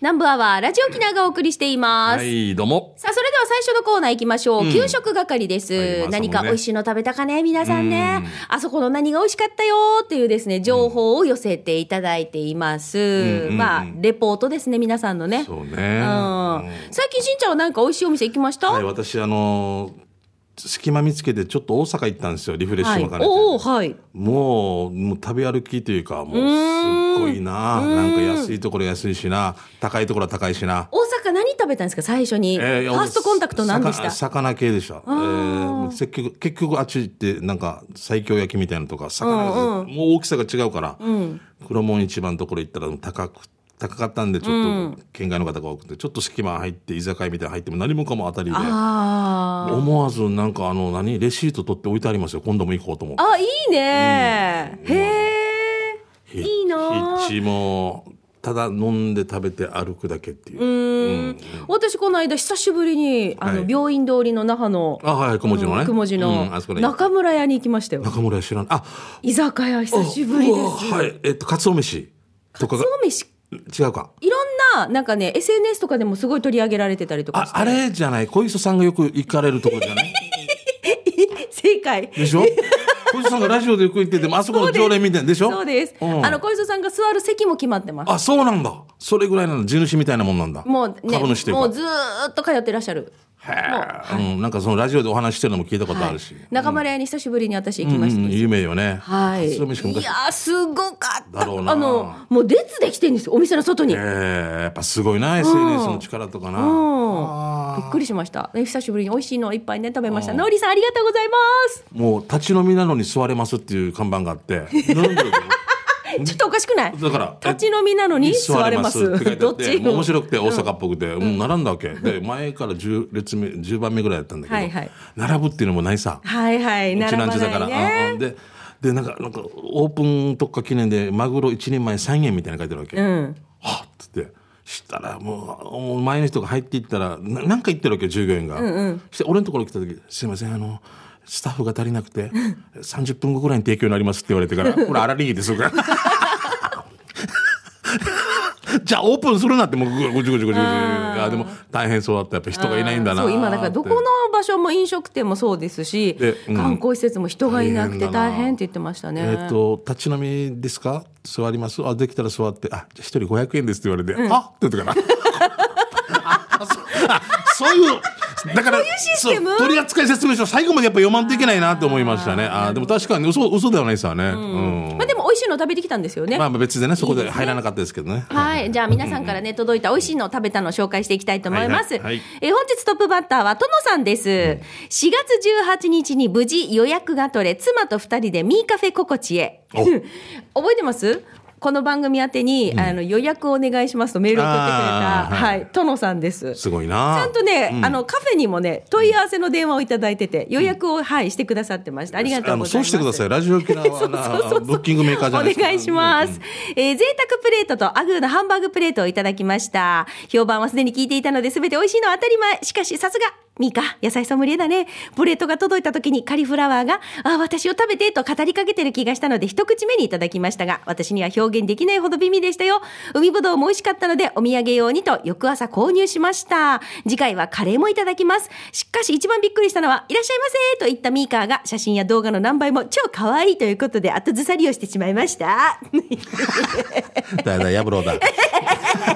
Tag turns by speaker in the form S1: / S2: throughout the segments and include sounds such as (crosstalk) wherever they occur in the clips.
S1: 南部アワーラジオキナがお送りしています。
S2: はい、どうも。
S1: さあ、それでは最初のコーナー行きましょう。
S2: うん
S1: 給食係です、
S2: はいまあ
S1: 何か
S2: そうね
S1: 美味しいの食べたかね皆さんね。あそこの何が美味しかったよっていうですね、情報を寄せていただいています。
S2: うん
S1: まあ
S2: う、ん
S1: レポートですね、皆さんのね。
S2: そう
S1: う
S2: ね。う
S1: ん。
S2: ん
S1: 最近、しんちゃんは何か美味しいお店行きました、
S2: はい、私、あのー隙間見つけて、ちょっと大阪行ったんですよ、リフレッシ
S1: は
S2: ュ
S1: い
S2: の兼ねて。
S1: おおはい。
S2: もう、もう食べ歩きというか、もう、すっごいな。なんか安いところ安いしな、高いところは高いしな。
S1: 大阪何食べたんですか最初に、
S2: え
S1: (laughs) ファーストコンタクト何でし
S2: 魚
S1: た
S2: 魚系でした。えー、結局、結局あっち行って、なんか、最強焼きみたいなのとか、魚がず、
S1: うんうん
S2: もう大きさが違うから、黒門一番のところ行ったら高く、高かったんで、ちょっと、県外の方が多くて、ちょっと隙間入って、居酒屋みたいなの入っても何もかも当たりで、
S1: あー
S2: 思わず、なんかあの、何、レシート取って置いてありますよ。今度も行こうと思って。
S1: あいいね、へえい
S2: ひ
S1: いな
S2: ひっちも、ただ飲んで食べて歩くだけっていう。
S1: うん私この間久しぶりにあの、
S2: はい
S1: 病院通りの那覇の
S2: あ、はい、くもじのね。
S1: くもじ
S2: うん
S1: の
S2: あそこね
S1: 中村屋に行きましたよ
S2: 中村屋知らん。あ、
S1: 居酒屋久しぶりで
S2: うわ
S1: す
S2: はい。えっと、かつお飯とかが、
S1: そうめし
S2: 違うか。
S1: いろんななんかね SNS とかでもすごい取り上げられてたりとか
S2: あ
S1: し、て
S2: あれじゃない。小磯さんがよく行かれるところじゃ
S1: (laughs)
S2: ない
S1: 正解
S2: でしょ小磯さんがラジオでよく行ってても、あそこの常連みたいでしょ
S1: そうです、
S2: うん
S1: あの小磯さんが座る席も決まってます
S2: あ、そうなんだ。それぐらいなの。地主みたいなもんなんだ。
S1: もうね
S2: 株主というか。
S1: もうずーっと通ってらっしゃる
S2: へえうん、なんかそのラジオでお話ししてるのも聞いたことあるし。
S1: 中村屋に久しぶりに私行
S2: う
S1: き
S2: んう
S1: ました、
S2: ん、有名よね。
S1: はい。い
S2: そうめしか昔
S1: やー、すごかった。
S2: だろうな
S1: あの、もう列できてんですよ、お店の外に。
S2: えー、やっぱすごいな、SNS の力とかな。
S1: うん。びっ
S2: あ
S1: くりしました。ね久しぶりに美味しいのいっぱいね、食べました。のりさん、ありがとうございます。
S2: ーもう立ち飲みなのに座れますっていう看板が
S1: (laughs)
S2: あって。なんだろ
S1: ちょっとおかしくないう
S2: だから。
S1: 立ち飲みなのに座れます。
S2: 座って書いてあ
S1: ど
S2: っ
S1: ってち
S2: もう面白くて大阪っぽくて、もう並んだわけ。で、前から10列目、10番目ぐらいだったんだけど、
S1: はいはい
S2: 並ぶっていうのもないさ。
S1: はいはい、並ば
S2: うちなんちだか
S1: な
S2: ら。
S1: い
S2: うん
S1: ね
S2: うん。で、で、なんか、なんか、オープン特価記念で、マグロ1人前3円みたいなの書いてあるわけ。
S1: うん。
S2: はっつってしたらもうもう前の人が入っていったらななんか言ってるわけよ従業員が、して俺のところ来た時「すいませんあのスタッフが足りなくて30分後ぐらいに提供になります」って言われて
S1: (laughs)
S2: から「これ (laughs) 粗利益ですよ」からじゃあオープンするなってもうごちごちごちごちあでも大変そうだったやっぱ人がいないんだな
S1: そう今だからどこの
S2: って
S1: 場所も飲食店もそうですし、
S2: でうん
S1: 観光施設も人がいなくて大
S2: 大変だな
S1: 変って言ってましたね、
S2: えっと立ち飲みですか座りますあできたら座ってあじゃあ一人500円ですって言われて、あって言ってから
S1: (laughs)
S2: あそうあそういうだから
S1: システム
S2: そう取扱説明書最後までやっぱ読まんといけないなと思いましたねあーでも確かに嘘嘘ではないですわね、うん
S1: まあでも美味しいの食べてきたんですよね、
S2: まあ別でねそこで入らなかったですけどね
S1: はい。じゃあ皆さんからね、届いた美味しいのを食べたのを紹介していきたいと思います。
S2: はいはいはい
S1: えー本日トップバッターは、とのさんです。4月18日に無事予約が取れ、妻と二人でミーカフェ心地へ。
S2: お
S1: (laughs) 覚えてますこの番組宛てに、あの予約をお願いしますとメールを送ってくれた、
S2: あーは
S1: はいい、とのさんです。
S2: すごいな
S1: ちゃんとね、
S2: うん
S1: あのカフェにもね、問い合わせの電話をいただいてて、予約を、はい、してくださってました。ありがとうございます。
S2: あのそうしてくださいラジオキラーは
S1: (laughs)
S2: なブッキングメーカーじゃないです
S1: お
S2: か
S1: 願いします、
S2: うん
S1: えー贅沢プレートとアグーのハンバーグプレートをいただきました評判はすでに聞いていたので全て美味しいのは当たり前しかしさすがミカ野菜ソムリエだねプレートが届いた時にカリフラワーが「あ私を食べて」と語りかけてる気がしたので一口目にいただきましたが私には表現できないほど美味でしたよ海ぶどうも美味しかったのでお土産用にと翌朝購入しました次回はカレーもいただきますしかし一番びっくりしたのは「いらっしゃいませ」と言ったミーカーが写真や動画の何倍も超可愛いということで後ずさりをしてしまいました
S2: (laughs) だいだいやぶ
S1: (laughs)
S2: ろうだ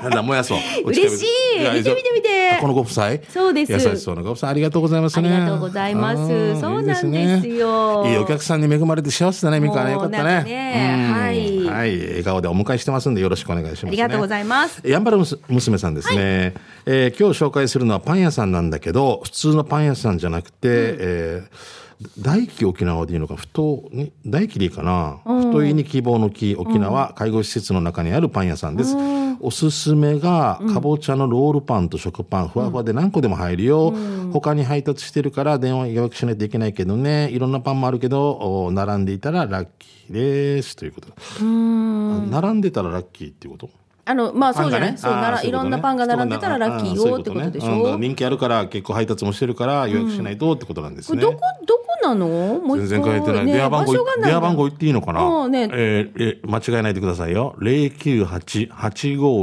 S2: なんだ燃やそう
S1: 嬉しい
S2: や
S1: 見て見て見て
S2: このご夫妻
S1: そうです
S2: 優しそうなご夫妻ありがとうございますね
S1: ありがとうございます
S2: あー
S1: そうなんですよ
S2: いいねいいお客さんに恵まれて幸せだねみかねよ
S1: も
S2: か
S1: う
S2: った
S1: なんか
S2: ね
S1: ね
S2: うん
S1: はい
S2: はい笑顔でお迎えしてますんでよろしくお願いしますね
S1: ありがとうございます
S2: やんばるむす娘さんですね、えー今日紹介するのはパン屋さんなんだけど普通のパン屋さんじゃなくて、えー大輝沖縄でいいのか太に大輝でいいかな、太いに希望の木沖縄介護施設の中にあるパン屋さんです、おすすめがかぼちゃのロールパンと食パンふわふわで何個でも入るよ、他に配達してるから電話予約しないといけないけどねいろんなパンもあるけどお並んでいたらラッキーですということ並んでたらラッキーっていうこと
S1: あのまあそ
S2: パ
S1: う
S2: ン
S1: じゃ
S2: が
S1: ない、
S2: ね
S1: そうな
S2: あー
S1: ら
S2: そう
S1: い
S2: いうこ
S1: ろ
S2: とね
S1: んなパンが並んでたらラッキーよってことでし
S2: あーそういうねうんだか
S1: ょ
S2: ら人気あるから結構配達もしてるから予約しないとってことなんです
S1: これ
S2: ね。
S1: どこどこなのもう
S2: 全
S1: 一
S2: 然
S1: 個
S2: 変えてない。
S1: ね
S2: 電話番号、
S1: 場所がない
S2: 電話番号言っていいのか
S1: う
S2: な、
S1: んね
S2: えーえー間違えないでくださいよ。098-851-7522、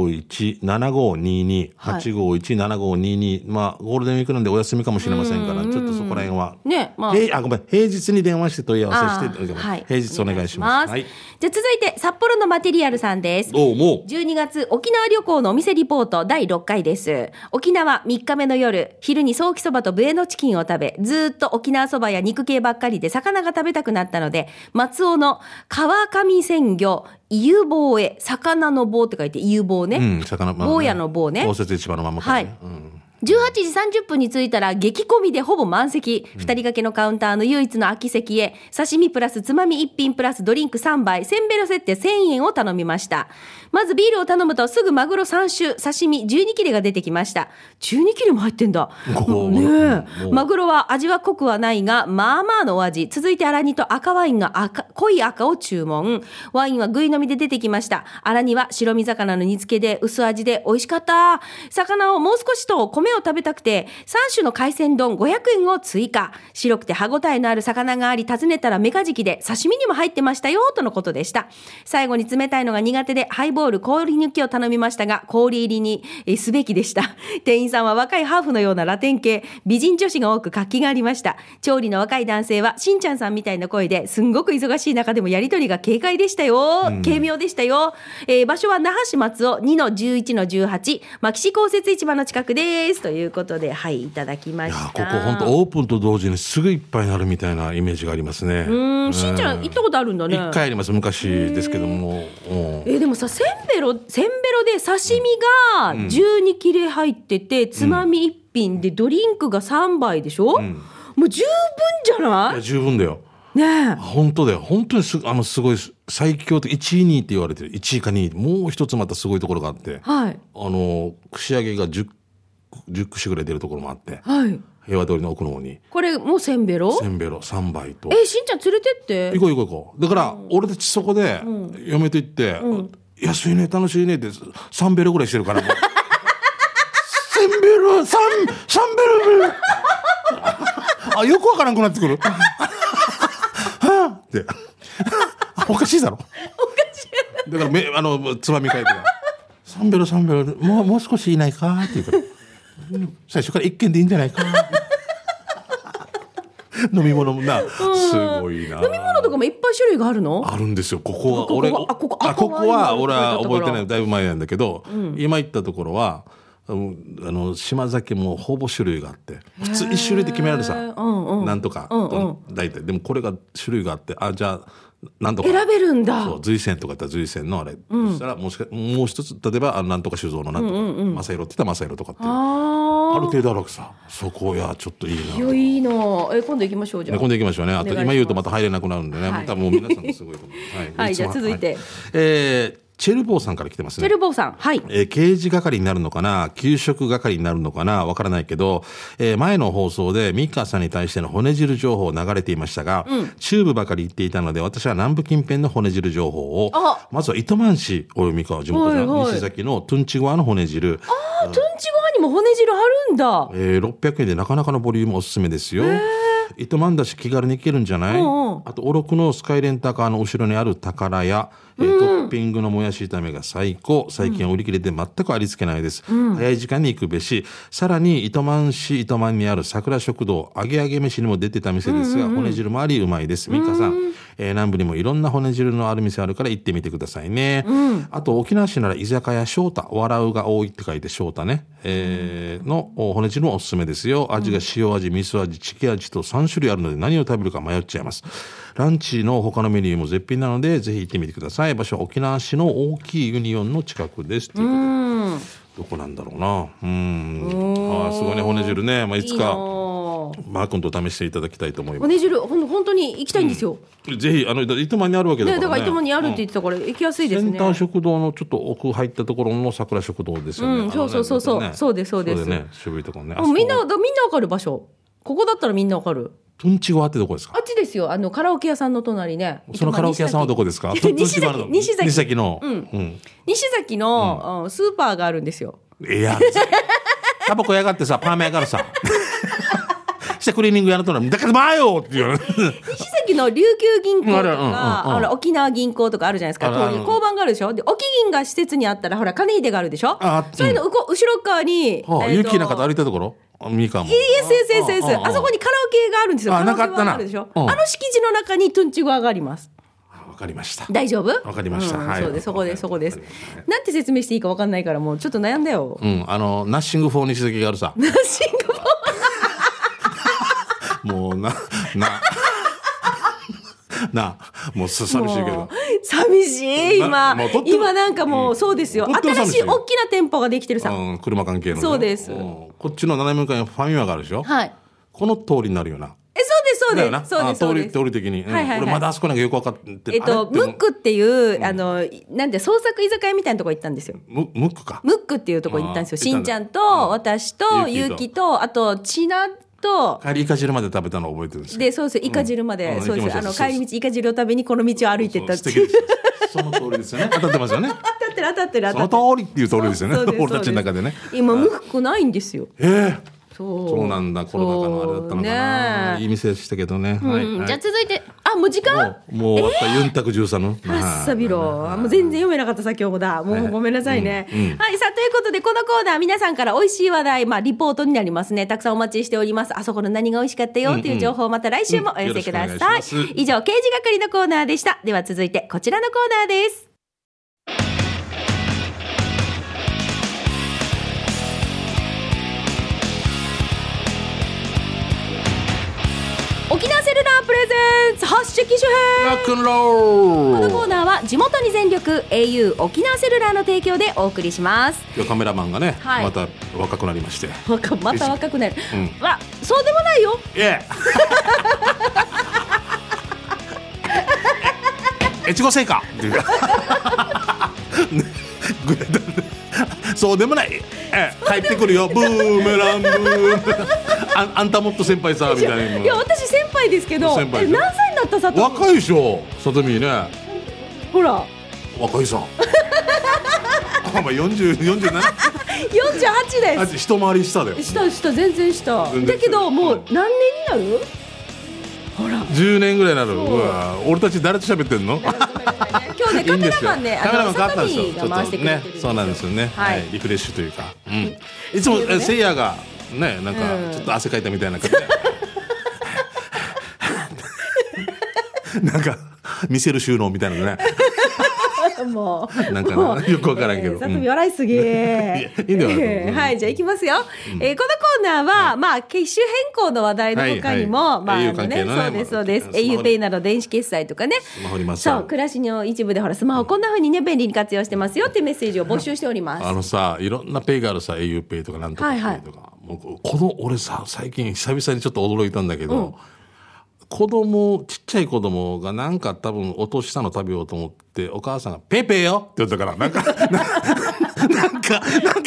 S1: はい
S2: 851-7522。まあ、ゴールデンウィークなんでお休みかもしれませんから、ちょっとそこら辺は。
S1: ねまあ
S2: えーあ、ごめん。平日に電話して問い合わせ
S1: あ
S2: して、
S1: ーはい
S2: 平日お願いします。
S1: お願い
S2: はい
S1: じゃあ続いて札幌のマテリアルさんです
S2: どうも。
S1: 12月沖縄旅行のお店リポート第6回です。沖縄3日目の夜、昼にソーキそばとブエノチキンを食べ、ずーっと沖縄そばや肉系ばっかりで魚が食べたくなったので、松尾の川上鮮魚、湯棒へ、魚の棒って書いて湯棒ね。
S2: うん、魚、まあね
S1: 坊やの棒ね
S2: 公設市場のままからね。
S1: は
S2: うん
S1: 18時30分に着いたら激混みでほぼ満席。二人掛けのカウンターの唯一の空き席へ、刺身プラスつまみ1品プラスドリンク3杯、せんべろセッテ1000円を頼みました。まずビールを頼むとすぐマグロ3種、刺身12切れが出てきました。12切れも入ってんだ。
S2: おー
S1: ねえ
S2: うん
S1: マグロは味は濃くはないが、まあまあのお味。続いて荒煮と赤ワインの赤、濃い赤を注文。ワインはぐい飲みで出てきました。荒煮は白身魚の煮付けで薄味で美味しかった。魚をもう少しと米を食べたくて、3種の海鮮丼500円を追加。白くて歯ごたえのある魚があり、訪ねたらメカジキで刺身にも入ってましたよ、とのことでした。最後に冷たいのが苦手で、ハイボール氷抜きを頼みましたが、氷入りにえーすべきでした。 (laughs) 店員さんは若いハーフのようなラテン系、美人女子が多く活気がありました。調理の若い男性は、しんちゃんさんみたいな声で、すんごく忙しい中でもやりとりが軽快でしたよ。軽妙でしたよ。えー場所は那覇市松尾2-11-18、牧師公設市場の近くです。ということで、はい、いただきま
S2: い
S1: し
S2: や
S1: た。
S2: ここ本当オープンと同時にすぐいっぱいになるみたいなイメージがありますね。
S1: うん、しんちゃん行ったことあるんだね。
S2: 一回あります昔ですけども、うん
S1: えーでもさせんべろせんべろで刺身が12切れ入ってて、つまみ一品でドリンクが3杯でしょ、もう十分じゃ
S2: い
S1: な
S2: や
S1: い
S2: 十分だよ。
S1: ねえ
S2: 本当だよ本当にすあのすごい最強的1位2位って言われてる1位か2位もう一つまたすごいところがあってあ
S1: はい
S2: の串揚げが 10, 10串ぐらい出るところもあって
S1: はい
S2: 平和通りの奥の方に
S1: これもうせんべろ
S2: せんべろ3杯と
S1: えーしんちゃん連れてって
S2: 行こう行こう行こうだから俺たちそこで嫁と行って「安いね楽しいね」って3ベロぐらいしてる (laughs) からもう「3ベロ3ベロベロ」 (laughs) あよくわからんくなってくる (laughs) はあってあ (laughs) おかしいだろ
S1: おかしい
S2: だからめあのつまみ替えてから「3ベロ3ベロもうもう少しいないか」って言うからうん最初から1軒でいいんじゃないか飲み物もなすごいな
S1: 飲み物とかもいっぱい種類があるの
S2: あるんですよ。ここは
S1: ここ
S2: 俺、
S1: ここあここ
S2: あここは俺は
S1: ここ
S2: 覚え
S1: は
S2: てない。だいぶ前なんだけど、今行ったところは、うんあの島崎もほぼ種類があって普通一種類で決められるさ、
S1: うんうん
S2: なんとか、
S1: うん
S2: 大体でもこれが種類があってあじゃあなんとか
S1: 選べるんだ
S2: そう随線とかだったら随線のあれ、そしたらもしかもう一つ例えばあのなんとか酒造のなんとか、マサイロって言ったらマサイロとかっていうあ
S1: あ
S2: る程度あるわけさそこいやちょっといいな
S1: あいやいいなえー今度行きましょうじゃあ
S2: 今度行きましょうね。あと
S1: お願いします
S2: 今言うとまた入れなくなるんでね。
S1: はい
S2: 多分もう皆さんがすごいと思う。はい
S1: (laughs) はい
S2: つ
S1: じ
S2: も
S1: ゃあ続いて
S2: はえーチェルボーさんから来てます
S1: チェ
S2: ね。
S1: ルボーさんはい
S2: えー刑事係になるのかな給食係になるのかなわからないけど、えー前の放送でミカさんに対しての骨汁情報を流れていましたが、チューブばかり言っていたので、私は南部近辺の骨汁情報を
S1: あ、
S2: まずは糸満市、およみか地元じゃん
S1: はいはい
S2: 西崎のトゥンチゴアの骨汁。
S1: あトゥンチご飯にも骨汁あるんだ
S2: えー、600円でなかなかのボリュームおすすめですよ。糸満だし気軽に行けるんじゃない、
S1: うんうん
S2: あと、おろくのスカイレンタカーの後ろにある宝屋、えートッピングのもやし炒めが最高。最近は売り切れで全くありつけないです。早い時間に行くべし、さらに糸満市糸満にある桜食堂、揚げ揚げ飯にも出てた店ですが、骨汁もありうまいです。ミカさん、えー南部にもいろんな骨汁のある店あるから行ってみてくださいね。あと、沖縄市なら居酒屋翔太、笑うが多いって書いて翔太ね、えーのお骨汁もおすすめですよ。味が塩味、味噌味、チキ味と3種類あるので何を食べるか迷っちゃいます。ランチの他のメニューも絶品なので、ぜひ行ってみてください。場所は沖縄市の大きいユニオンの近くです。ということでどこなんだろうな。うん。ああ、すごいね、骨汁ね。まあ、いつ
S1: いいな
S2: か、
S1: あ
S2: マー君と試していただきたいと思います。
S1: 骨汁ほん本当に行きたいんですよ、
S2: ぜひ、あの、糸満にあるわけだから、
S1: ね、
S2: ね。
S1: だからいつもにあるって言ってたから行きやすいです
S2: セン
S1: ね。
S2: ター食堂のちょっと奥入ったところの桜食堂ですよね。
S1: うん
S2: あの
S1: そうそうそうそうそうですそうです
S2: だよね、渋いところね。あ
S1: も
S2: そうこ
S1: みんなだみんなわかる場所。ここだったらみんなわかる。
S2: トンチゴアってどこですか
S1: あ。っちですよ。あのカラオケ屋さんの隣ね。
S2: そのカラオケ屋さんはどこですか。
S1: 西崎
S2: トンチゴアの
S1: 西崎
S2: 西崎の。
S1: うん
S2: ん。
S1: 西崎の、うんスーパーがあるんですよ。
S2: (laughs) いや。タバコやがってさ、パーメやがるさ。ししたクリーニングやるとなだからまあよっていう
S1: (laughs) 西崎の琉球銀行と
S2: あるうんうんうん
S1: か、あの沖縄銀行とかあるじゃないですか。
S2: あるある
S1: 通り交番があるでしょ。で、沖銀が施設にあったら、ほら、金秀があるでしょ
S2: あ。
S1: それのうこ後ろ側に、
S2: はあ
S1: えー
S2: ユ
S1: と
S2: キなんかと歩いたところあミカも
S1: イエスイエスイエスイエス
S2: うんうんうん
S1: あそこにカラオケがあるんですよ。
S2: あ
S1: カラオケ
S2: なんかあっ
S1: バー
S2: たな
S1: があるでしょ。
S2: う
S1: あ
S2: ん
S1: の敷地の中にトゥンチグアがあります。
S2: あわかりました
S1: 大丈夫
S2: わかりました
S1: うん
S2: はい
S1: そうです、そこです、そこです
S2: わかりまし。
S1: なんて説明していいかわかんないから、もうちょっと悩んだ
S2: (laughs)
S1: よ。
S2: うんあのナッシングフォー西崎があるさ
S1: シンガポール
S2: もうなな (laughs) なもうす寂しいけ
S1: も
S2: ど
S1: う寂しい今
S2: なもうとっても
S1: 今なんかもうそうですよ
S2: とっても
S1: 新
S2: 寂
S1: し
S2: し
S1: い
S2: い
S1: 大きな店舗ができてるさ
S2: うん、車関係のね
S1: そうです
S2: んこっちの斜め向かいにファミマがあるでしょ、
S1: はい
S2: この通りになるよな
S1: えそう
S2: だよ
S1: で
S2: な
S1: すそうです
S2: あ
S1: そう
S2: 通
S1: で
S2: り
S1: す
S2: 通り的に、うん
S1: はいはいはい
S2: 俺まだあそこなんかよく分かって
S1: えっと
S2: あれ
S1: ム
S2: も
S1: ックっていうあのなんて創作居酒屋みたいなとこ行ったんですよ
S2: ムムックか
S1: ムックっていうとこ行ったんですよ
S2: あー
S1: しんちゃんと
S2: 行
S1: 私と
S2: ゆ
S1: ゆう
S2: うきと
S1: きとあとちなと
S2: 帰りイカ汁まで食べたの覚えてるんですけど
S1: でそうですイカ汁まで、
S2: うん
S1: そうです
S2: 行
S1: あ
S2: き
S1: の
S2: ました
S1: 帰り道イカ汁を食べにこの道を歩いてった
S2: そう
S1: って
S2: 素
S1: いう
S2: 敵ですよその通りですよね当たってますよね
S1: (laughs) 当たってる当たってる
S2: そ
S1: 当た
S2: の
S1: ってる
S2: 通りっていう通りですよね
S1: そうそうです
S2: 俺たちの中でね
S1: 今ムックないんですよ
S2: えー
S1: そう
S2: そうなんだコロナ禍のあれだったのかな、
S1: そうね
S2: いい店でしたけどね、はい
S1: うん
S2: はい
S1: じゃあ続いて、あ、もう時間
S2: もうもう終わった、ユンタク13の
S1: あっさびろ。あもう全然読めなかったさ、今日もだ。も
S2: は
S1: う
S2: い
S1: ごめんなさいね。
S2: うんうん
S1: はい、さあ、ということで、このコーナー、皆さんから美味しい話題、まあ、リポートになりますね。たくさんお待ちしております。あそこの何が美味しかったよという情報をまた来週も
S2: うん
S1: お寄せくだ
S2: よろしく
S1: さ
S2: お願
S1: い
S2: いします。
S1: 以上、刑事係のコーナーでした。では続いて、こちらのコーナーです。沖縄セルナープレゼンツ発色主編
S2: ロックンロ
S1: こ
S2: ー
S1: の
S2: ル
S1: コーナーは地元に全力 au 沖縄セルラーの提供でお送りします。
S2: 今日カメラマンがね、
S1: はい
S2: また若くなりまして
S1: また若くなる。
S2: うん
S1: わ、そうでもないよ。
S2: (laughs) ええ。越後製菓っていうか。ぐらいだね (laughs) そうでもない。ええ、帰ってくるよ。ブーメランブーメラン。ああんたもっと先輩さみたい
S1: いや、
S2: な。
S1: 私先輩ですけど、
S2: 先輩
S1: え何歳になったさと。
S2: 若いでしょ。さとみね。
S1: ほら、
S2: 若いさ。 (laughs) お前四十四十七。
S1: 四十八
S2: あ
S1: です。
S2: 一回り下だよ。
S1: 下下全然下。
S2: 全然下
S1: だけどもう何年になる？ほら。
S2: 十年ぐらいになる。
S1: そう
S2: うわ俺たち誰と喋ってんの？
S1: 今日ねカ
S2: いいん
S1: メ
S2: で
S1: ラ
S2: すよ
S1: マンね、
S2: カメラマン変わった
S1: 里
S2: んですよ
S1: 見。が回してくれてる
S2: ね、そうなんですよね。
S1: は
S2: はいい、リフレッシュというか、うん。いつもえせいやがね、なん
S1: うん
S2: かちょっと汗かいたみたいな感
S1: (laughs)
S2: じで。なんか見せる収納みたいなのね。
S1: (laughs) もう。
S2: なんかな
S1: もう
S2: よくわからんけど
S1: えーさとみ笑い
S2: (laughs)
S1: すぎ。いい
S2: いいんだよ
S1: (laughs)
S2: うん
S1: はい、じゃあ行きますよ。えーこのコーナーは、まあ、機種変更の話題の他に
S2: はい
S1: も、
S2: はい
S1: まあ、あ
S2: au
S1: のね、
S2: 関係
S1: そう
S2: のね
S1: です、そうです。
S2: まあ
S1: auPay など電子決済とかね。
S2: マホにま
S1: そ
S2: さ
S1: う、暮らしの一部で、ほら、スマホこんな風にね、便利に活用してますよっていうメッセージを募集しております。
S2: (laughs) あのさ、いろんなペイがあるさ、au ペイとかなんとかペイとか、もうこの俺さ、最近久々にちょっと驚いたんだけど、子供、ちっちゃい子供がなんか多分お年下の食べようと思って、お母さんがペイペイよって言ったから、なんか、 (laughs) ななんか、なんか、なん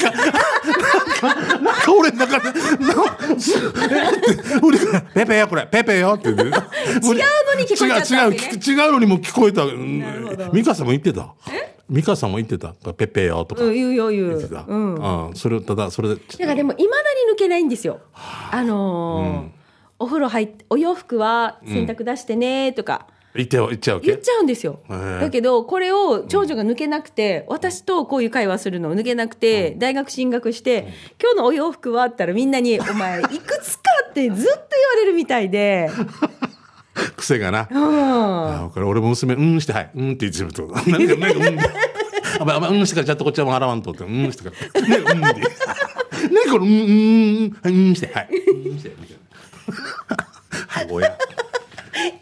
S2: か俺の中で、なんすえって俺がペイペイよこれ、ペイペイよって言って。
S1: 違
S2: 違う
S1: うのに聞こえちゃった
S2: 違
S1: わ
S2: う、
S1: けね
S2: 聞く違うのにも聞こえた。
S1: ほど
S2: 美香さんも言ってた。美香さんも言ってた。ペイペイよとか。
S1: うん、言うよ、言
S2: 言っ
S1: う。
S2: てた
S1: うん。
S2: うん、それをただそれで
S1: だからでもいまだに抜けないんですよ。あのーお風呂入ってお洋服は洗濯出してねとか
S2: 言ってよ言っちゃうわ
S1: 言っ
S2: け
S1: ちゃうんですよ。
S2: へえ
S1: だけどこれを長女が抜けなくて、私とこういう会話するのを抜けなくて、大学進学して、今日のお洋服はあったらみんなに「お前いくつか?」ってずっと言われるみたいで。
S2: 癖がな、
S1: うん
S2: あこれ俺も娘うんしてはいうんって言っちゃうってことなんかなんかうんあばあばうんしてからちゃんとこっちはもう洗わんとってうんしてからねうんでねこれうんうんうんはいうんしてはいうんしてみたいなはい親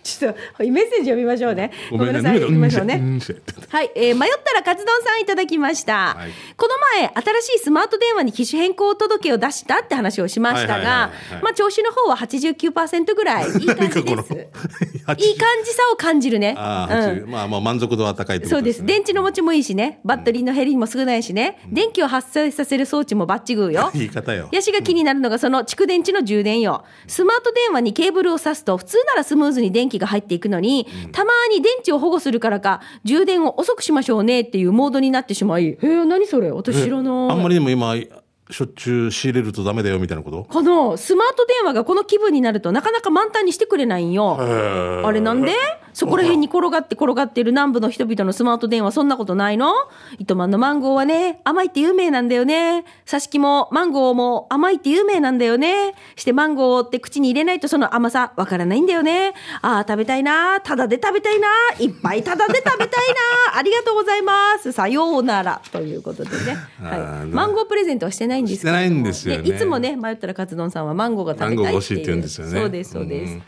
S1: ちょっとメッセージ読みましょうね。ご
S2: ご
S1: め
S2: め
S1: ん
S2: ん
S1: なさ
S2: ね
S1: い、読みましょう
S2: う
S1: ね。
S2: んしてうんして
S1: はい、えー迷ったらカツ丼さんいただきました、
S2: はい
S1: この前新しいスマート電話に機種変更届を出したって話をしました
S2: はいはい
S1: が
S2: はいはい
S1: まあ調子の方は89%ぐらいいい感
S2: (laughs)
S1: じ
S2: 何
S1: で
S2: かこ
S1: す
S2: の
S1: いい感じさを感じるね
S2: あ
S1: うん
S2: あ、80まあまあ満足度は高いってこ
S1: そう
S2: と
S1: で
S2: ですすね
S1: 電池の持ちもいいしねバッテリーの減りも少ないしね、電気を発生させる装置もバッチグーよ
S2: (laughs) 言い方よ
S1: ヤシが気になるのがその蓄電池の充電よ。スマート電話にケーブルを挿すと普通ならスムーズに電気が入っていくのに、たまに電池を保護するからか、充電を遅くしましょうねっていうモードになってしまい、へえ、何それ私知らない。
S2: あんまりでも今しょっちゅう仕入れるとダメだよみたいなこと
S1: このスマート電話がこの気分になるとなかなか満タンにしてくれないんよ。あ
S2: あ
S1: れなんで (laughs) そこら辺に転がって転がってる南部の人々のスマート電話そんなことないの糸満のマンゴーはね、甘いって有名なんだよね。挿し木もマンゴーも甘いって有名なんだよね。してマンゴーって口に入れないとその甘さわからないんだよね。ああ、食べたいな。ただで食べたいな。いっぱいただで食べたいな。ありがとうございます。さようなら。ということでね。
S2: あ
S1: は
S2: ー
S1: い、マンゴープレゼントはしてないんですけれども
S2: してないんですよね
S1: いつもね、迷ったらカツ丼さんはマンゴーが食べたい
S2: マンゴーが欲しいって言うんですよね
S1: そうです、そうです。
S2: うん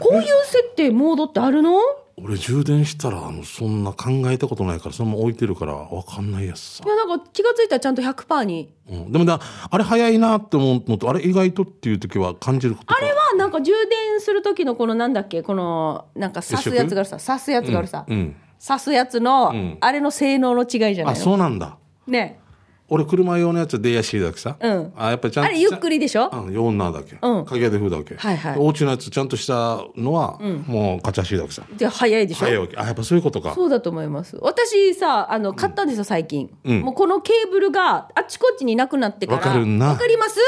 S1: こういう設定、モードってあるの
S2: 俺充電したらあのそんな考えたことないからそのまま置いてるからわかんないやつさ
S1: い、や、なんか気がついたらちゃんと100%に。
S2: うん、でもだあれ早いなって思うのとあれ意外とっていう時は感じること
S1: あれはなんか充電する時のこのなんだっけ、この、なんか刺すやつがあるさ、刺すやつがあるさ、
S2: うん、
S1: 刺すやつの、
S2: ん
S1: あれの性能の違いじゃな
S2: あ
S1: いの
S2: そうなんだ
S1: ね。
S2: 俺車用のやつは出やしいだけさ、
S1: うん
S2: あやっぱりちゃん
S1: あれゆっくりでしょ
S2: あ用なだけ、
S1: うん
S2: 鍵屋で風だけ、
S1: はいはい
S2: お家のやつちゃんとしたのは、もう勝ち足だけさ
S1: じゃあ早いでしょ
S2: 早いわけあやっぱそういうことか
S1: そうだと思います私さあの買ったんですよ最近、
S2: うん
S1: もうこのケーブルがあっちこっちになくなってから
S2: わかるな
S1: わかります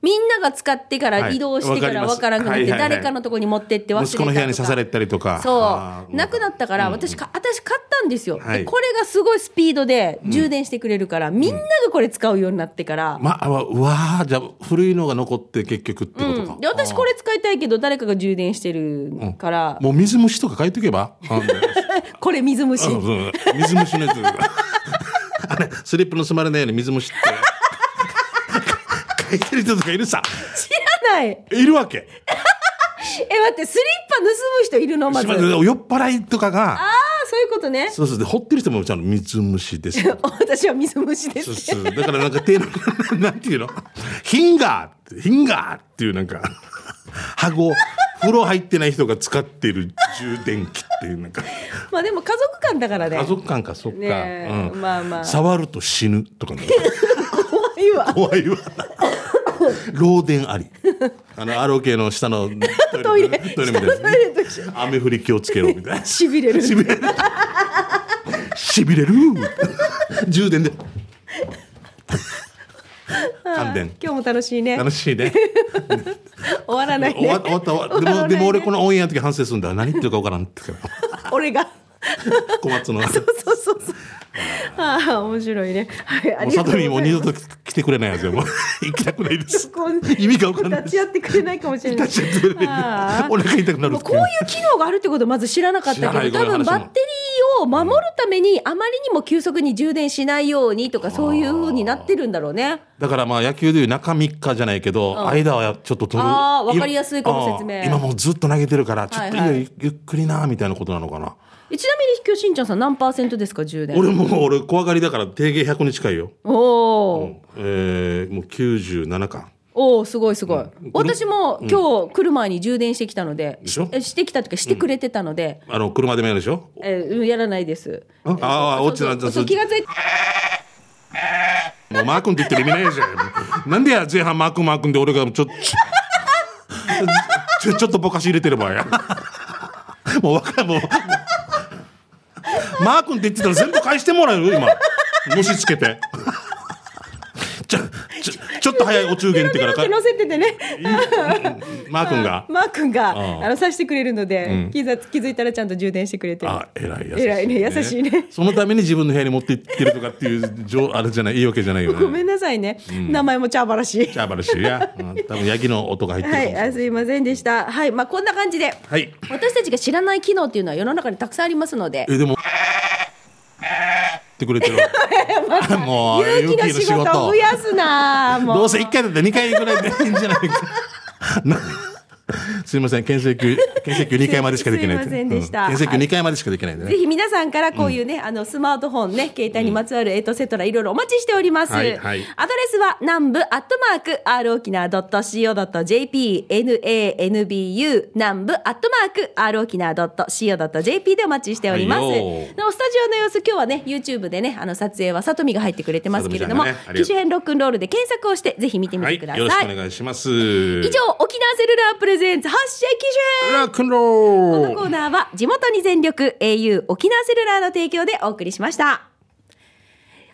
S1: みんなが使ってか
S2: は
S1: ら
S2: い
S1: 移動してから
S2: わかります
S1: わからなくなって
S2: はいはいはい
S1: 誰かのとこに持ってって忘れた
S2: 息
S1: とか
S2: 子の部屋に刺されたりとかあ
S1: そ
S2: ー
S1: うなくなったから私か私買ったんですよ、
S2: はい
S1: でこれがすごいスピードで充電してくれるから、みんながこれ使うようになってから、
S2: まあわうわーじゃあ古いのが残って結局ってことか、
S1: で私これ使いたいけど誰かが充電してるから、
S2: もう水虫とか書いておけばあの
S1: これ水虫、
S2: あ
S1: (laughs)
S2: のそう水虫のやつ (laughs) あれスリップの盗まれないように水虫って書いてる人とかいるさ
S1: 知らないえ
S2: いるわけ
S1: 待ってスリッパ盗む人いるのまず
S2: しま酔っ払いとか
S1: あ
S2: が
S1: あそういうことね。
S2: そうそうで掘ってる人もちゃんと水虫です
S1: (laughs) 私は水虫で
S2: そ
S1: す
S2: う。そうだからなんか手の (laughs) なんていうのヒンガーヒンガーっていうなんか羽子風呂入ってない人が使ってる充電器っていうなんか
S1: まあでも家族間だからね。
S2: 家族間かそっか、
S1: ねえ
S2: うん
S1: まあまあ
S2: 触ると死ぬとかね
S1: 怖いわ。
S2: 怖いわ漏電ありあの ROK の下のトイレ
S1: トイレ
S2: トイレみたいな
S1: トイレと一緒
S2: 雨降り気をつけろみたいな
S1: しびれる。
S2: しびれる。しびれる。充電で。感電。
S1: 今日も楽しいね。
S2: 楽しいね。
S1: 終わらないね。
S2: 終わ終わった終わった。でも、でも俺このオンエアの時反省するんだ。何言ってるか分からんってから。
S1: 俺
S2: (laughs)
S1: が。
S2: 小松の。も
S1: そうそうそう。ああ面白いね。はいあ
S2: う
S1: りが
S2: サ
S1: とう
S2: トミン
S1: ご
S2: もう
S1: ざいま
S2: 二
S1: す。
S2: 度と来てくれないはずよ。もう行きたくないです。
S1: こう
S2: 意味が分からないで
S1: 立
S2: す。
S1: ち会ってくれないかもしれない。
S2: 立ち会ってくれ
S1: あ
S2: な
S1: あ
S2: い。俺が言いたくなる
S1: も
S2: っ
S1: う
S2: て
S1: こ
S2: いうう。
S1: いう機能があるってことまず知らなかったけど
S2: 知ら
S1: 多
S2: ないこれ
S1: 分
S2: 話
S1: バ
S2: も
S1: ッテリーを守るためにあまりにも急速に充電しないようにとかそういうふうになってるんだろうね。
S2: だからまあ野球でいう中3日じゃないけど、間はちょっと取る。
S1: あーわかりやすいこの説明
S2: あー今もうずっと投げてるから、ちょっといいよ
S1: はいは
S2: ゆっくりな、みたいなことなのかな。
S1: えちなみに今日しんちゃんさん何パーセントですか充電。
S2: 俺もう俺怖がりだから定芸100に近いよ、
S1: おお、
S2: えー、もう97か
S1: おおすごいすごい、
S2: ん
S1: 私も今日来る前に充電してきたので
S2: でしょ
S1: えしてきたというかしてくれてたので、
S2: あの車でもやるでしょ
S1: えーうんやらないです
S2: ああー
S1: そう
S2: 落ちた
S1: そう
S2: そ
S1: そうう気がついて
S2: もうマー君って言ってる意味ないじゃんなんでや前半マー君マー君で俺がちょっとちょちょっとぼかし入れてればやもうわかんもうマー君って言ってたら全部返してもらえる今のしつけてちょちょちょっと早いお中元ってからか
S1: 乗せててね
S2: マー君が
S1: マー君が
S2: あー
S1: あのさしてくれるので、気づ気づいたらちゃんと充電してくれてる
S2: あ、偉い優しい、
S1: 偉いね優しいね
S2: そのために自分の部屋に持って行ってるとかっていう、じょあれじゃない、いいわけじゃないよね。
S1: ごめんなさいね、名前もチャーバラシ
S2: じゃあ、ばらしいや、うん多分ヤギの音が入ってるか
S1: は
S2: もし
S1: い
S2: れない
S1: あすいませんでしたはいまあこんな感じで
S2: はい。
S1: 私たちが知らない機能っていうのは世の中にたくさんありますので
S2: え、でも。ってく
S1: (laughs)
S2: れてる。もう、
S1: 勇気の仕事を増やすなもう
S2: どうせ一回だって二回ぐらいでいいんじゃないか。 (laughs) なすいません、牽制球、牽制球二回までしかできないっ
S1: す
S2: て。
S1: いませんでした
S2: う牽制球二回までしかできないんでね。
S1: ぜひ皆さんからこういうね、あのスマートフォンね、携帯にまつわるエトセトラいろいろお待ちしております。
S2: はいはい
S1: アドレスは南部アットマーク r 沖縄 .co.jp nanbu 南部アットマーク r 沖縄 .co.jp でお待ちしております。
S2: はいよー
S1: なおスタジオの様子今日はね YouTube でねあの撮影はさとみが入ってくれてますけれども、
S2: さとみちゃんがねありがとう
S1: 機種編ロックンロールで検索をしてぜひ見てみ
S2: は
S1: て
S2: い、
S1: くだ
S2: よろし
S1: さ
S2: く
S1: い。
S2: お願いします。
S1: 以
S2: 以
S1: 上、沖縄セルラープレゼンツ発射機種編
S2: ラックンロ
S1: こ
S2: ー
S1: の
S2: ル
S1: コーナーは地元に全力 au 沖縄セルラーの提供でお送りしました。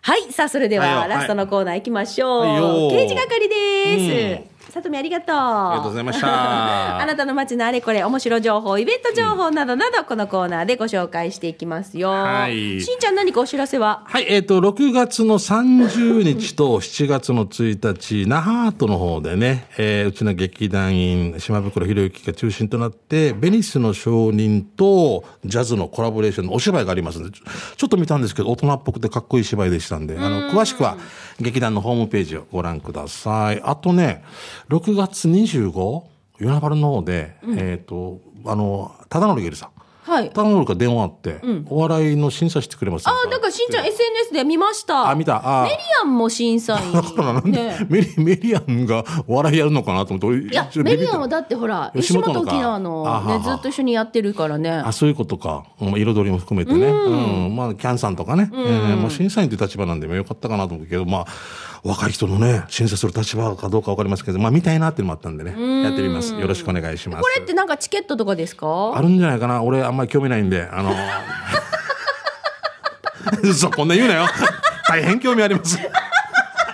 S1: はい、さあ、それでは、
S2: はいよ
S1: ラストのコーナー行きましょう。
S2: はいよ
S1: 刑事係です。さとみありがとう。あ
S2: りがとうございました
S1: (laughs) あなたの街のあれこれ、面白情報、イベント情報などなど、このコーナーでご紹介していきますよ。
S2: はい
S1: しんちゃん何かお知らせは
S2: はい、えっ、と、6月の30日と7月の1日、那覇アートの方でね、えーうちの劇団員、島袋博之が中心となって、ベニスの証人とジャズのコラボレーションのお芝居がありますので、ちょちょっと見たんですけど、大人っぽくてかっこいい芝居でしたんで、あの、詳しくは劇団のホームページをご覧ください。あとね、6月 25? 与那原の方で、えっ、と、あの、忠則ゆりさん。
S1: はい。
S2: 忠則から電話あって、お笑いの審査してくれます
S1: ああ、なんかしんちゃん SNS で見ました。
S2: あ見たあー
S1: メリアンも審査
S2: (laughs)
S1: 員。
S2: だからなんで、
S1: ね
S2: メリメリアンがお笑いやるのかなと思って俺
S1: いや、
S2: ちょっと
S1: メ
S2: ビビ
S1: リ
S2: っ
S1: ア
S2: た
S1: ンはだってほら、吉
S2: 吉
S1: 本
S2: 本のか
S1: 沖縄の
S2: あはは
S1: ね、ずっと一緒にやってるからね。
S2: あそういうことか、うん、彩りも含めてね、うんまあ、キャンさんとかね、えーまあ、審査員という立場なんでよかったかなと思うけど、まあ、若い人のね審査する立場かどうかわかりますけど、まあ、見たいなっていうのもあったんでねやってみますよろしくお願いします
S1: これってなんかチケットとかです
S2: あ
S1: か
S2: るんじゃないかな俺あんまり興味ないんであの (laughs) そうこんな言うなよ (laughs) 大変興味あります (laughs)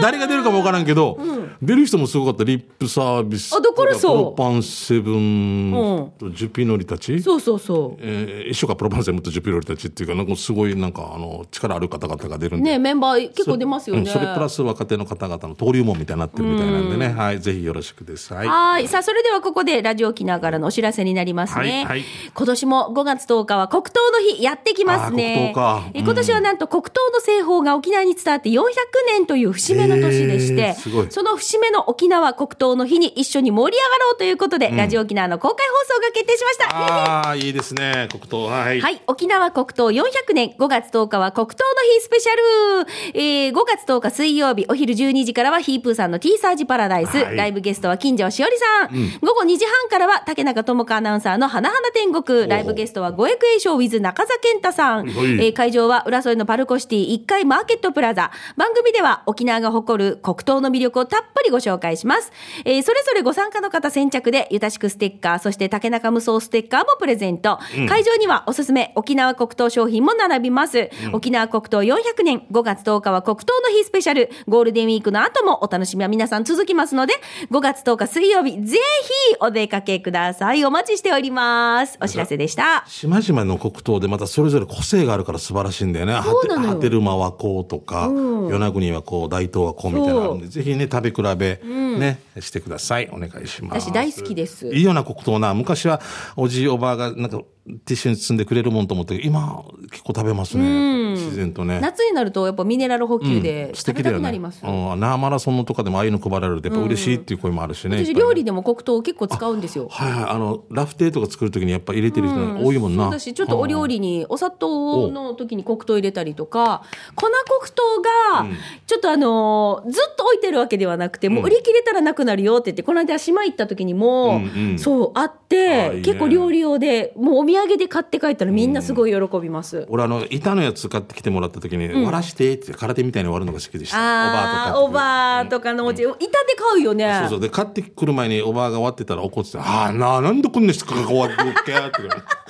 S2: 誰が出るかも分からんけど、出る人もすごかったリップサービス
S1: あだからそう
S2: プロパンセブ
S1: うん
S2: ンとジュピノリたち、
S1: そうそうそ
S2: えー一緒かプロパンセブンとジュピノリたちっていうかなんかすごいなんかあの力ある方々が出る
S1: う。
S2: んで、
S1: ね、メンバー結構出ますよ
S2: うん
S1: ね。
S2: それプラス若手の方々の登竜門みたいになってるみたいなんでね、はい、ぜひよろしくです、はい、
S1: はい。さあ、それではここでラジオ機ながらのお知らせになりますね。
S2: はいはい
S1: 今年も5月10日は黒糖の日やってきますね。
S2: あー黒糖か
S1: え
S2: うん
S1: 今年はなんと黒糖の製法が沖縄に伝わって400年という節目の年でして、
S2: えーすごい
S1: その節目の沖縄黒糖の日に一緒に盛り上がろうということで、ラジオ沖縄の公開放送が決定しました。
S2: ああいいですね黒糖はい
S1: はい。沖縄黒糖400年5月10日は黒糖の日スペシャル、えー、5月10日水曜日お昼12時からはヒープーさんのティーサージパラダイス、
S2: はい
S1: ライブゲストは金城しおりさん、午後2時半からは竹中智香アナウンサーの花々天国ライブゲストは五役栄翔 with 中澤健太さん、え
S2: はい
S1: ー会場は浦添のパルコシティ1階マーケットプラザ番組では沖縄が誇る黒糖の魅力をたっぷりご紹介します、えーそれぞれご参加の方先着でゆたしくステッカーそして竹中無双ステッカーもプレゼント、会場にはおすすめ沖縄黒糖商品も並びます、沖縄黒糖400年5月10日は黒糖の日スペシャルゴールデンウィークの後もお楽しみは皆さん続きますので5月10日水曜日ぜひお出かけくださいお待ちしておりますお知らせでした
S2: 島々の黒糖でまたそれぞれ個性があるから素晴らしいんだよね。
S1: そうなのよ
S2: ハテハテルマはこうとか、与那国はこう、大東はこうみたいなのあるんで、ぜひね、食べ比べ、ね、してください。お願いします。
S1: 私大好きです
S2: いいよな、黒糖な。昔はおじいおばあがなんかティッシュに包んでくれるもんと思って、今結構食べますね。自然とね。
S1: 夏になるとやっぱミネラル補給で
S2: 素
S1: 食
S2: 敵
S1: べ
S2: だ
S1: た
S2: よ
S1: く
S2: ね。
S1: なります、
S2: うん、那覇マラソンのとかでもああいうの配られるとやっぱ嬉しいっていう声もあるしね。いっぱ
S1: 私
S2: いね
S1: 料理でも黒糖を結構使うんですよ
S2: はいはい、あの、ラフテーとか作るときにやっぱ入れてる人が多いもんな。
S1: そうだしちょっとお料理にお砂糖の時に黒糖入れたりとか粉黒糖がちょっとあのーずっと置いてるわけではなくてもう売り切れたらなくなるよって言ってこの間島行った時にも
S2: うんうん
S1: そうあっ
S2: あいい
S1: て
S2: ね
S1: 結構料理用でもうお土産で買って帰ったらみんなすごい喜びます。
S2: 俺あの板のやつ買ってきてもらった時に「割らして」って空手みたいに割るのが好きでした
S1: あー
S2: お
S1: お
S2: ばあ
S1: ばあとかのお家板で買うよね
S2: とかそうそうで買ってくる前におばあが割ってたら怒ってた「ああななんでこんな人か終わってっけ」って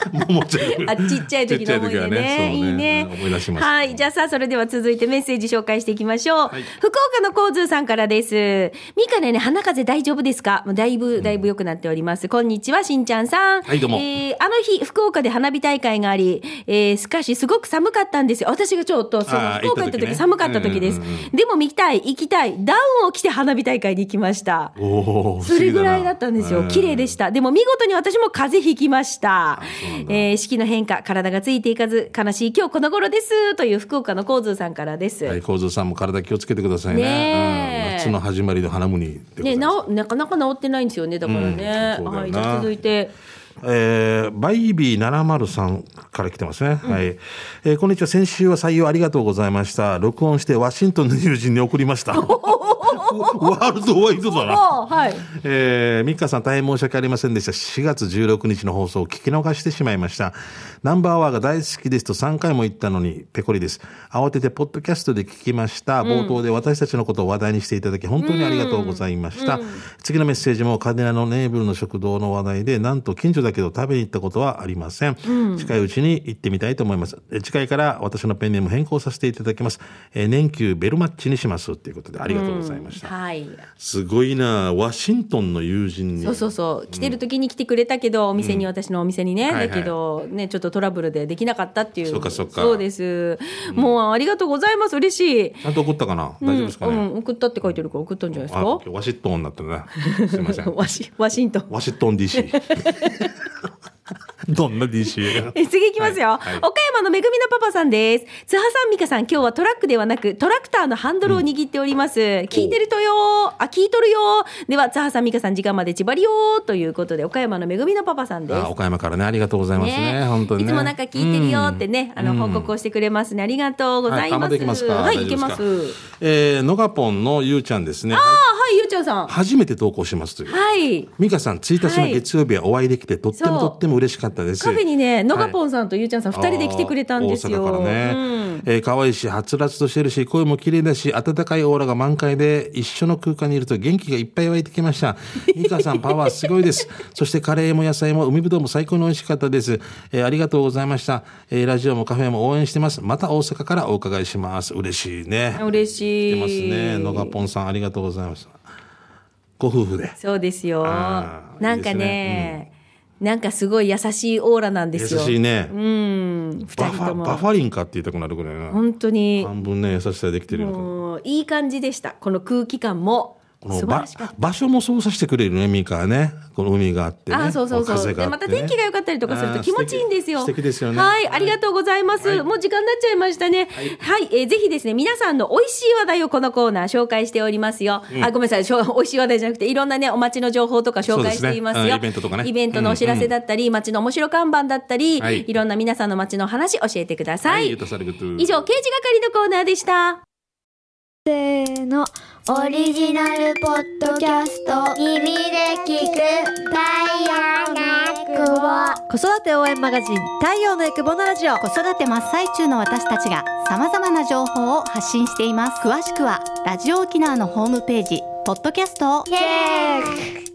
S2: (laughs) 言うからもうちゃ
S1: (laughs) あちっちゃい時の思い出ねいいね
S2: 思い出します
S1: はい。じゃあさあ、それでは続いてメッセージ紹介していきましょう。
S2: はい
S1: 福岡のコーズーさんからです。みかねね、鼻風邪大丈夫ですかもうだいぶ、だいぶ良くなっております。こんにちは、しんちゃんさん。
S2: はいどうも
S1: えーあの日、福岡で花火大会があり、えー、しかし、すごく寒かったんですよ。私がちょっと、その、
S2: あー
S1: 福岡行った
S2: 行った時
S1: 時、
S2: ね
S1: 寒かった時です。
S2: うんうんうん
S1: でも、見たい、行きたい、ダウンを着て花火大会に行きました。
S2: おー
S1: それぐらいだったんですよ。綺麗でしたた。でも見事に私も風邪ひきました
S2: そうなん。だ
S1: えー、四季の変化、体がついていかず、悲しい今日この頃です。という福岡のコーズーさんからです。
S2: はい幸三さんも体気をつけてください
S1: ね
S2: ね
S1: え
S2: うん夏の始まりの花ムニでござ
S1: ね、
S2: います
S1: なお、なかなか治ってないんですよね。だからね。
S2: うんそうだよな
S1: はい、じゃあ続いて。
S2: えーバイビー703から来てますね。はい。えーこんにちは。先週は採用ありがとうございました。録音してワシントンの友人に送りました。ワールドワイドだな。
S1: おーはい。
S2: えー、ミッカさん大変申し訳ありませんでした。4月16日の放送を聞き逃してしまいました。ナンバーワーが大好きですと3回も言ったのに、ペコリです。慌ててポッドキャストで聞きました。冒頭で私たちのことを話題にしていただき、本当にありがとうございました。次のメッセージもカデナのネーブルの食堂の話題で、なんと近所だけど食べに行ったことはありません。近いうちに行ってみたいと思います。え次回から私のペンネーム変更させていただきます。えー年休ベルマッチにします。ということで、ありがとうございました。
S1: はい。
S2: すごいなワシントンの友人に
S1: そうそうそう来てる時に来てくれたけど、お店に私のお店にね、
S2: はいはい
S1: だけどねちょっとトラブルでできなかったっていう
S2: そうかそうか
S1: そうです、もうありがとうございます嬉しい
S2: ちゃんと怒ったかな大丈夫ですか
S1: う
S2: ね、
S1: ん、送ったって書いてるから送ったんじゃないです
S2: あ
S1: か
S2: 今日ワシントンになった
S1: (laughs)
S2: ねすいません
S1: ワシワシントン
S2: ワシントン DC
S1: (laughs)
S2: どんな DC や
S1: え次いきますよ、
S2: はいはい
S1: 岡山のめぐみのパパさんです津波さん美香さん今日はトラックではなくトラクターのハンドルを握っております、聞いてるとよーあ聞いとるよーでは津波さん美香さん時間までちばりよーということで岡山のめぐみのパパさんです
S2: あ岡山からねありがとうございますね本当に、ね、
S1: いつもなんか聞いてるよって
S2: うん
S1: ね、あの報告をしてくれますね。ありがとうござい
S2: はい
S1: ます。
S2: 玉でいきますか
S1: はい、
S2: 大
S1: い
S2: 丈
S1: け
S2: 夫
S1: ま。
S2: ですす
S1: あ
S2: かえー、のがぽんのゆうちゃんですね
S1: あ、はい、ゆうちゃんさん。
S2: 初めて投稿しますという
S1: はい。
S2: 美香さん1日の月曜日はお会いできてとっても
S1: そ
S2: と
S1: う
S2: っても嬉しかったです
S1: カフェにね、のがぽんさんとゆうちゃんさん、二人で来てくれたんですよ。
S2: あー大阪から
S1: うん
S2: ね。えー可愛いし、はつらつとしてるし、声も綺麗だし、温かいオーラが満開で、一緒の空間にいると元気がいっぱい湧いてき
S1: (laughs)
S2: ました。ミカさん、パワーすごいです。そしてカレーも野菜も海ぶどうも最高に美味しかったです。えーありがとうございました。えーラジオもカフェも応援してます。また大阪からお伺いします。嬉しいね。
S1: 嬉し
S2: 来
S1: い。
S2: てますね。野賀ぽんさん、ありがとうございました。ご夫婦で。
S1: そうですよ。
S2: あー
S1: なんか
S2: いいで
S1: ね
S2: すね、
S1: なんかすごい優しいオーラなんで
S2: 優
S1: すよ。
S2: しいね。
S1: うん、二
S2: バ
S1: 人
S2: フ
S1: と
S2: ァ、バ
S1: も。
S2: ファリンかって言いたくなるぐらいな。
S1: 本当に、
S2: 半分ね、優しさでできてるような。
S1: もういい感じでした。この空気感も。
S2: こ
S1: 素
S2: の
S1: 晴
S2: ば
S1: らしかった。
S2: 場所も操作してくれるね、ミカはね。この海があってね。
S1: あそうそうそう
S2: 風があ
S1: で
S2: って
S1: ま
S2: ね
S1: た天気が良かったりとかすると気持ちいいんですよ
S2: あー素敵素敵ですよね。
S1: はいありがとうございます、
S2: はい
S1: もう時間になっちゃいましたねはい、えーぜひですね皆さんの美味しい話題をこのコーナー紹介しておりますよ、あごめんなさいしょ美味しい話題じゃなくていろんなねお町の情報とか紹介していますよ
S2: そうですねうんイベントとかね
S1: イベントのお知らせだったり、町の面白看板だったり、
S2: はい
S1: い、ろんな皆さんの町の話教えてくださ
S2: はい
S1: い、
S2: ゆとされぐと
S1: 以上刑事係のコーナーでした
S3: せーのオリジナルポッドキャスト耳で聞くダイアナ
S4: 子
S3: ク
S4: 育て応援マガジン太陽のエクボのラジオ
S5: 子育て真っ最中の私たちが様々な情報を発信しています詳しくはラジオ沖縄のホームページポッドキャストを
S3: をチェック